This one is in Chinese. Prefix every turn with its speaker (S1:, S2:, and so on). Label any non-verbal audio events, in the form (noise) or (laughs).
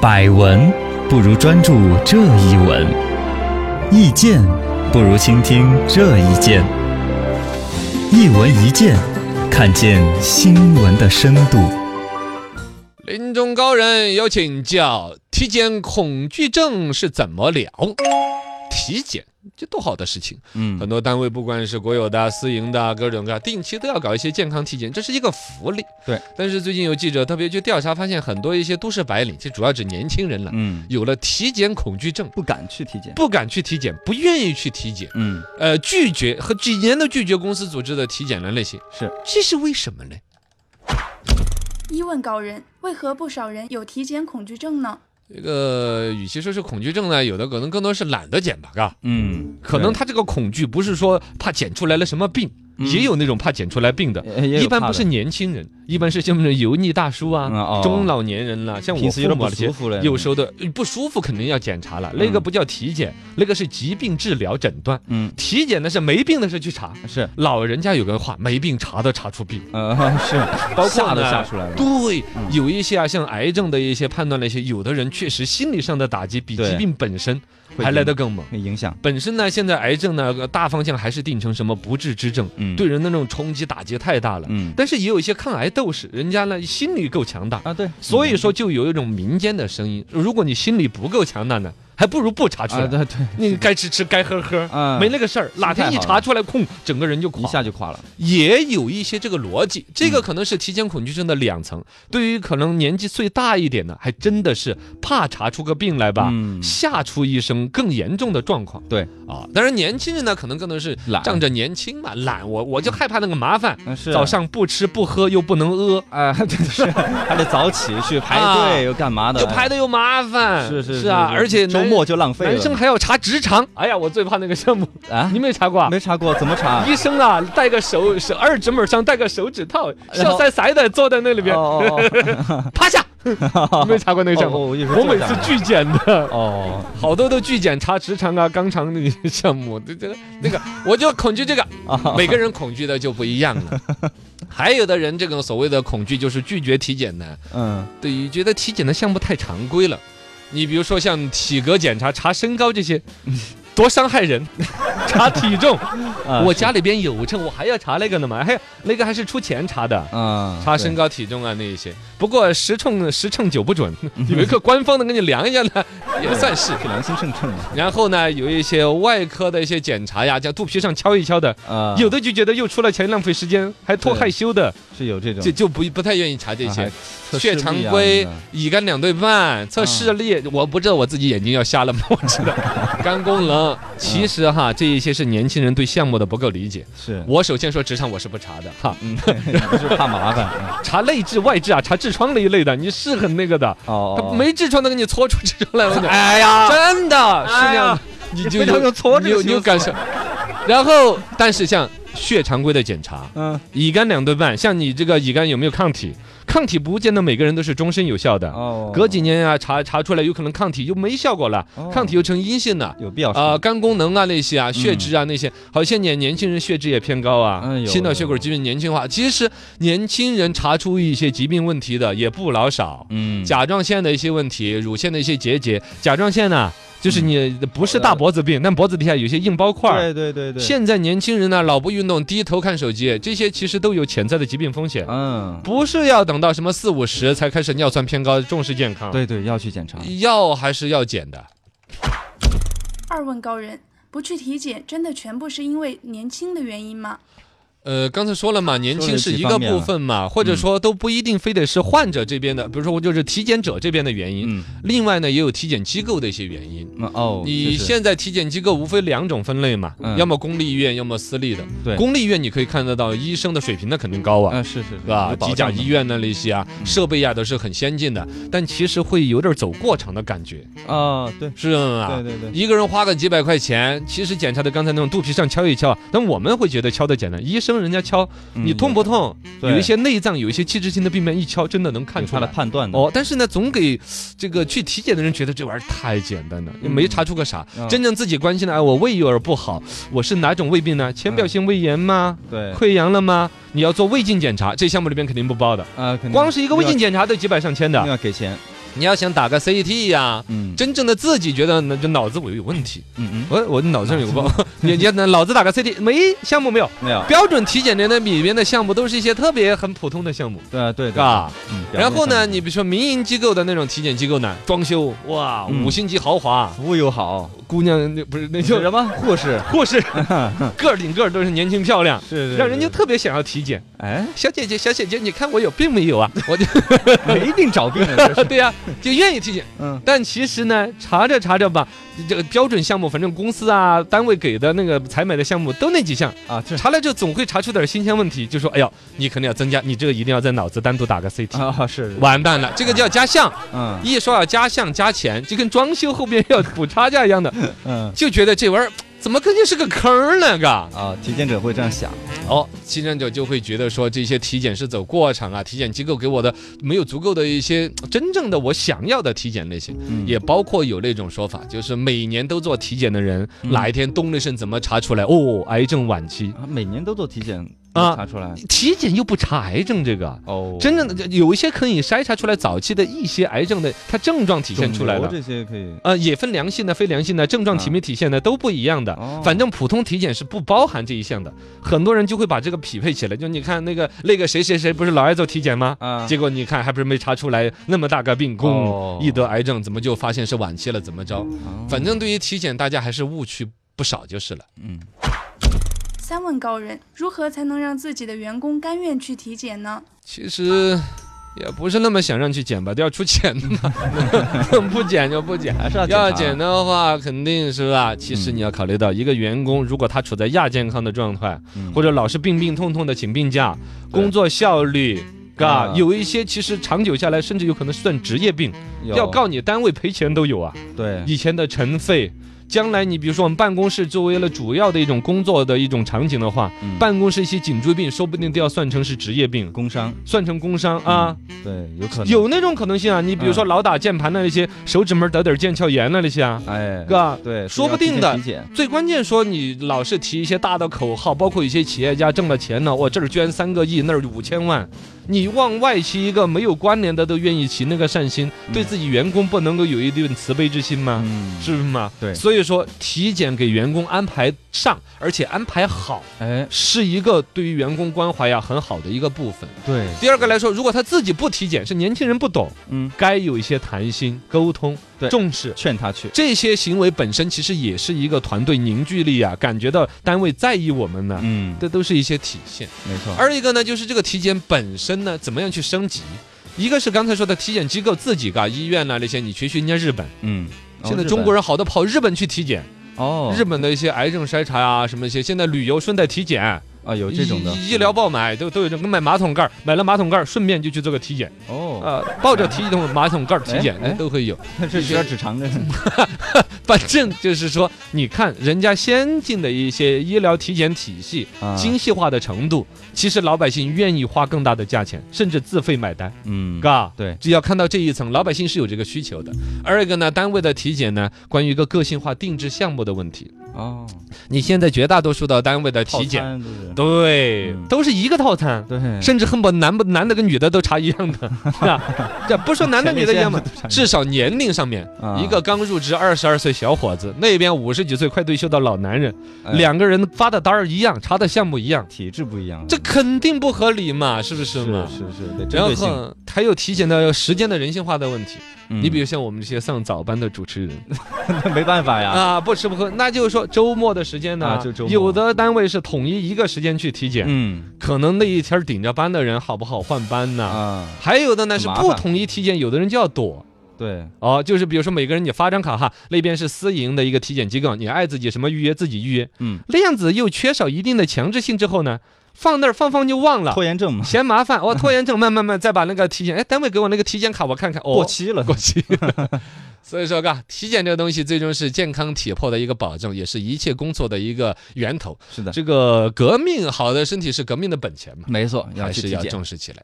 S1: 百闻不如专注这一闻，意见不如倾听这一见。一闻一见，看见新闻的深度。
S2: 临终高人有请教：体检恐惧症是怎么了？体检这多好的事情！
S1: 嗯
S2: 很多单位不管是国有的、私营的，各种各样，定期都要搞一些健康体检，这是一个福利。
S1: 对。
S2: 但是最近有记者特别去调查，发现很多一些都市白领，这主要指年轻人了，
S1: 嗯，
S2: 有了体检恐惧症，
S1: 不敢去体检。
S2: 不敢去体检，不愿意去体检，
S1: 嗯，
S2: 呃，拒绝和几年都拒绝公司组织的体检的那些，
S1: 是
S2: 这是为什么呢？
S3: 一问高人，为何不少人有体检恐惧症呢？
S2: 这个与其说是恐惧症呢，有的可能更多是懒得减吧，嘎。
S1: 嗯，
S2: 可能他这个恐惧不是说怕检出来了什么病，
S1: 嗯
S2: 也有那种怕检出来病的。
S1: 对
S2: 一般不是年轻人，一般是像那种油腻大叔
S1: 嗯哦
S2: 啊、中老年人啦，像我
S1: 平时有
S2: 父
S1: 点
S2: 母
S1: 不
S2: 这些
S1: 舒，服了，
S2: 有时候的呃不舒服肯定要检查了，那个
S1: 嗯
S2: 不叫体检，那个是疾病治疗诊断。
S1: 嗯
S2: 体检的是没病的是去查，
S1: 是
S2: 老人家有个话，没病查都查出病。
S1: 呃是， (laughs)
S2: 包括
S1: 吓都
S2: 呢
S1: 吓出来了。
S2: 对
S1: 嗯，
S2: 有一些啊，像癌症的一些判断那些，有的人确实心理上的打击比
S1: 对
S2: 疾病本身
S1: 会
S2: 还来
S1: 影
S2: 得更猛。
S1: 会影响，
S2: 本身呢，现在癌症呢呃大方向还是定成什么不治之症，
S1: 嗯
S2: 对人的那种冲击打击太大了。
S1: 嗯
S2: 但是也有一些抗癌斗士，人家呢心理够强大，
S1: 啊对，
S2: 所以说就有一种民间的声音：如果你心理不够强大呢，还不如不查出
S1: 啊
S2: 来，
S1: 对对，
S2: 你该吃吃，该喝喝。
S1: 啊
S2: 没那个事儿，哪天一
S1: 心态好
S2: 查出来，空，整个人就
S1: 一
S2: 垮。
S1: 下嗯就垮了，
S2: 也有一些这个逻辑，这个可能是体检恐惧症的两层。对于可能年纪最大一点的，还真的是怕查出个病来吧，
S1: 嗯
S2: 吓出一身更严重的状况。
S1: 对
S2: 啊，当然年轻人呢，可能更多是
S1: 懒
S2: 仗着年轻嘛，懒，我我就害怕那个麻烦，
S1: 嗯是
S2: 早上不吃不喝又不能饿，
S1: 啊，对
S2: (laughs)
S1: 是，还得早起去排
S2: 啊
S1: 队又干嘛的？
S2: 又排的又麻烦，
S1: 是是
S2: 是啊，而且
S1: 周
S2: 男
S1: 末就浪费了。
S2: 男生还要查直肠，哎呀，我最怕那个项目，
S1: 啊
S2: 你，没查过啊？
S1: 没查过怎么查？
S2: 医生啊，戴个手手二指拇上戴个手指套，
S1: 然后
S2: 笑塞塞的坐在那里边，
S1: 哦
S2: 趴
S1: (laughs)
S2: 下。你没查过那个项目？
S1: 哦我以为是
S2: 我每
S1: 这
S2: 次
S1: 样
S2: 拒检的， (laughs)
S1: 哦
S2: 好多都拒检查直肠啊、肛肠那些项目，这这个 (laughs) 那个，我就恐惧这个。
S1: 哦啊，
S2: 每个人恐惧的就不一样了。 (laughs) 还有的人这个所谓的恐惧就是拒绝体检呢，
S1: 嗯
S2: 对于觉得体检的项目太常规了。你比如说像体格检查、查身高这些，多伤害人。 (laughs) 查体重，
S1: (laughs) 啊
S2: 我家里边有秤，我还要查那个呢嘛？还有那个还是出钱查的。
S1: 嗯，
S2: 查身
S1: 对
S2: 高体重啊那一些，不过十称十称九不
S1: (laughs)
S2: 准，有一个官方的给你量一下呢，也算是。
S1: 是良心秤秤嘛，
S2: 然后呢，有一些外科的一些检查呀，叫肚皮上敲一敲的，
S1: 啊，
S2: 有的就觉得又出了钱，浪费时间，还拖
S1: 对
S2: 害羞的，
S1: 是有这种
S2: 就就不不太愿意查这
S1: 啊
S2: 些
S1: 还。测
S2: 血
S1: 视
S2: 常
S1: 力啊
S2: 规
S1: 什么、啊
S2: 乙肝两对半、测视力，我不知道我自己眼睛要瞎了吗？我知
S1: (laughs)
S2: 道，肝功能。其实哈，这一些是年轻人对项目的不够理解。
S1: 的是，
S2: 我首先说职场我是不查的哈，
S1: 嗯， (laughs) 不是怕麻烦，嗯
S2: 查内痔、外痔啊，查痔疮那一类的，你是很那个的。
S1: 哦，
S2: 他
S1: 哦
S2: (laughs) 没痔疮的给你搓出痔疮来，我跟你讲，
S1: 哎呀，
S2: 真的是那
S1: 哎呀
S2: 样的，你就
S1: 非常
S2: 有
S1: 有挫
S2: 你
S1: 折
S2: 有
S1: 性
S2: 你有感受。然后，但是像血常规的检查，
S1: 嗯，
S2: 乙肝两对半，像你这个乙肝有没有抗体？抗体不见得每个人都是终身有效的，
S1: 哦，
S2: 隔几年啊查查出来有可能抗体又没效果了
S1: 哦，
S2: 抗体又成阴性了。
S1: 有必要
S2: 啊，
S1: 啊，
S2: 肝功能啊那些啊，血脂啊那些，好些年年轻人血脂也偏高啊
S1: 嗯，有
S2: 心脑
S1: 有
S2: 血管
S1: 有
S2: 疾病年轻化。其实年轻人查出一些疾病问题的也不老少，
S1: 嗯，
S2: 甲状腺的一些问题，乳腺的一些结节。甲状腺呢，就是你不是大脖子病，但脖子底下有些硬包块儿。
S1: 嗯呃对对对对，
S2: 现在年轻人呢，老不运动，低头看手机，这些其实都有潜在的疾病风险。
S1: 嗯，
S2: 不是要等到什么四五十才开始尿酸偏高，重视健康。，
S1: 对对，要去检查，
S2: 药还是要减的。
S3: 二问高人，不去体检真的全部是因为年轻的原因吗？
S2: 呃，刚才说了嘛，年轻是一个
S1: 说了几方面啊嗯
S2: 部分嘛，或者说都不一定非得是患者这边的，比如说我就是体检者这边的原因。
S1: 嗯，
S2: 另外呢，也有体检机构的一些原因。
S1: 嗯哦，
S2: 你
S1: 是是
S2: 现在体检机构无非两种分类嘛，
S1: 嗯
S2: 要么公立医院，要么私立的。
S1: 对
S2: 公立医院你可以看得到医生的水平，那肯定高啊。
S1: 啊是是
S2: 是吧
S1: 有？保
S2: 几甲
S1: 障的嗯
S2: 医院那那些啊，设备啊都是很先进的，但其实会有点走过场的感觉，
S1: 啊，对
S2: 是啊
S1: 对。对对，
S2: 一个人花个几百块钱，其实检查的刚才那种肚皮上敲一敲啊，但我们会觉得敲的简单，医生人家敲
S1: 嗯
S2: 你痛不痛，
S1: 对嗯
S2: 有一些内脏有一些器质性的病变一敲真的能看
S1: 有
S2: 出
S1: 他的
S2: 来。
S1: 判断的，
S2: 哦，但是呢，总给这个去体检的人觉得这玩意儿太简单了，也没查出个啥。
S1: 嗯
S2: 真正自己关心的，哎，我胃有点不好，我是哪种胃病呢？浅表性胃炎吗？
S1: 对，
S2: 溃疡了吗？你要做胃镜检查，这项目里边肯定不包的。
S1: 啊，肯定
S2: 光是一个胃啊
S1: 又要
S2: 镜检查都几百上千的，
S1: 又要给钱，
S2: 你要想打个 CET 呀、
S1: 嗯
S2: 真正的自己觉得呢，就脑子我有问题，
S1: 嗯
S2: 我我脑子上有个 (laughs) 你你脑子打个 CT 没项目没有？
S1: 嗯，没有，
S2: 标准体检的那里面的项目都是一些特别很普通的项目，
S1: 对对
S2: 是
S1: 对，
S2: 吧？
S1: 嗯
S2: 啊然后呢，你比如说民营机构的那种体检机构呢，装修哇，
S1: 嗯
S2: 五星级豪华，
S1: 服务
S2: (laughs)
S1: 又好，
S2: 姑娘那不是那
S1: 有
S2: 就
S1: 什么
S2: (laughs)
S1: 护士？
S2: 护士个儿顶个儿都是年轻漂亮，
S1: 是是，
S2: 让人
S1: 是
S2: 家特别想要体检。
S1: 哎，
S2: 小姐姐，小姐姐，你看我有病没有啊？ (laughs) 我就
S1: 没病找病了，
S2: (laughs)
S1: 这是
S2: 对呀、啊就愿意体检。
S1: 嗯
S2: 但其实呢，查着查着吧，这个标准项目，反正公司啊、单位给的那个采买的项目都那几项，
S1: 啊，
S2: (laughs)
S1: 这
S2: 查了就总会查出点新鲜问题，就说哎呦，你可能要增加，你这个一定要在脑子单独打个 CT。
S1: 啊是，
S2: 完蛋了，这个叫加项，
S1: 嗯
S2: 一说要加项加钱，就跟装修后边要补差价一样的，
S1: 嗯
S2: 就觉得这玩意儿怎么跟就是个坑儿呢？嘎，
S1: 啊，体检者会这样想，
S2: 哦，体检者就会觉得说这些体检是走过场啊，体检机构给我的没有足够的一些真正的我想要的体检类型，
S1: 嗯
S2: 也包括有那种说法，就是每年都做体检的人，
S1: 嗯
S2: 哪一天东雷肾怎么查出来哦，癌症晚期，
S1: 啊每年都做体检
S2: 啊
S1: 查出来
S2: 体检又不查癌症这个。啊
S1: 哦
S2: 真正的有一些可以筛查出来早期的一些癌症的，它症状体现出来
S1: 肿
S2: 了
S1: 瘤。这啊些可以
S2: 呃，也分良性的、非良性的，症状体没体现的都不一样的。啊
S1: 哦
S2: 反正普通体检是不包含这一项的，很多人就会把这个匹配起来。就你看那个那个谁谁谁不是老爱做体检吗？
S1: 啊
S2: 结果你看还不是没查出来那么大个病，共
S1: 哦
S2: 易得癌症，怎么就发现是晚期了？怎么着？反正对于体检，大家还是误区不少就是了。
S1: 嗯
S3: 三问高人，如何才能让自己的员工甘愿去体检呢？
S2: 其实。也不是那么想让去减吧，都要出钱的
S1: (laughs)
S2: 嘛，不减就不减。
S1: 还是要
S2: 要
S1: 查
S2: 减的话，肯定是吧？其实
S1: 嗯
S2: 你要考虑到，一个员工如果他处在亚健康的状态，
S1: 嗯
S2: 或者老是病病痛痛的请病假，
S1: 对
S2: 工作效率。嘎
S1: 啊，
S2: 有一些其实长久下来，甚至有可能算职业病，
S1: 有
S2: 要告你单位赔钱都有啊。
S1: 对嗯
S2: 以前的尘肺，将来你比如说我们办公室作为了主要的一种工作的一种场景的话，
S1: 嗯
S2: 办公室一些颈椎病说不定都要算成是职业病，
S1: 工伤
S2: 算成工伤啊。
S1: 对有可能
S2: 有那种可能性啊，你比如
S1: 嗯
S2: 说老打键盘的那些，手指门得点腱鞘炎的那些啊，
S1: 哎
S2: 哥。
S1: 对
S2: 说不
S1: 要提前
S2: 定的
S1: 体检
S2: 最关键说你老是提一些大的口号，包括一些企业家挣了钱了，我这儿捐三个亿，那儿五千万，你往外骑一个没有关联的都愿意骑那个善心，对自己员工不能够有一定慈悲之心吗？
S1: 嗯
S2: 啊是吗？
S1: 对
S2: 所以说体检给员工安排上，而且安排好，
S1: 哎
S2: 是一个对于员工关怀呀、很好的一个部分。
S1: 对
S2: 第二个来说，如果他自己不体检，是年轻人不懂，
S1: 嗯
S2: 该有一些谈心、沟通、
S1: 对
S2: 重视。
S1: 劝他去
S2: 这些行为本身其实也是一个团队凝聚力啊，感觉到单位在意我们呢，
S1: 嗯
S2: 这都是一些体现。
S1: 没错
S2: 二一个呢，就是这个体检本身呢，怎么样去升级？一个是刚才说的体检机构自己嘎，医院呐、那些，你学学人家日本，
S1: 嗯哦
S2: 现在
S1: 日
S2: 中
S1: 本
S2: 国人好多跑日本去体检，
S1: 哦
S2: 日本的一些癌症筛查啊什么一些，现在旅游顺带体检，
S1: 啊有这种的
S2: 医医疗爆买都都有这种跟买马桶盖儿，买了马桶盖儿顺便就去做个体检，
S1: 哦
S2: 啊，抱着体桶马桶盖儿体
S1: 哎
S2: 检
S1: 哎
S2: 都会有。
S1: 这有点指长着
S2: (laughs) 反正就是说，你看人家先进的一些医疗体检体系，
S1: 啊
S2: 精细化的程度，其实老百姓愿意花更大的价钱，甚至自费买单，
S1: 嗯
S2: 嘎。
S1: 对
S2: 只要看到这一层，老百姓是有这个需求的。二一个呢，单位的体检呢，关于一个个性化定制项目的问题，
S1: 哦
S2: 你现在绝大多数的单位的
S1: 套
S2: 体检，
S1: 餐就是
S2: 对，
S1: 嗯
S2: 都是一个套餐。
S1: 对
S2: 甚至恨不得男不男的跟女的都查一样
S1: (laughs)
S2: 的，是吧？这不说男的女的一样嘛，至少年龄上面，
S1: 啊
S2: 一个刚入职二十二岁小伙子，那边五十几岁快退休的老男人，
S1: 哎
S2: 两个人发的单儿一样，查的项目一样，
S1: 体质不一样，
S2: 这肯定不合理嘛，是不是嘛
S1: 是？是是，得针
S2: 然
S1: 对性。嗯
S2: 后还有体检的时间的人性化的问题，你比
S1: 如
S2: 如像我们这些上早班的主持人
S1: (laughs) 没办法呀，
S2: 啊，不吃不喝，那就是说周末的时间呢
S1: 啊就周，末
S2: 有的单位是统一一个时间去体检，
S1: 嗯
S2: 可能那一天顶着班的人好不好换班呢？
S1: 啊，
S2: 还有的呢是
S1: 很麻
S2: 不
S1: 烦
S2: 统一体检，有的人就要躲，
S1: 对，
S2: 哦，就是比如说每个人你发张卡哈，那边是私营的一个体检机构，你爱自己什么预约自己预约，
S1: 嗯，
S2: 那样子又缺少一定的强制性之后呢，放那儿放放就忘了，
S1: 拖延症嘛，
S2: 嫌麻烦，我、拖延症，慢慢慢再把那个体检，哎，单位给我那个体检卡我看看，哦，
S1: 过期了，
S2: 过期。 (laughs) 所以说，嘎，体检这个东西最终是健康体魄的一个保证，也是一切工作的一个源头。
S1: 是的，
S2: 这个革命，好的身体是革命的本钱嘛，
S1: 没错，
S2: 还
S1: 嗯去
S2: 是
S1: 体
S2: 要
S1: 检。
S2: 重视起来。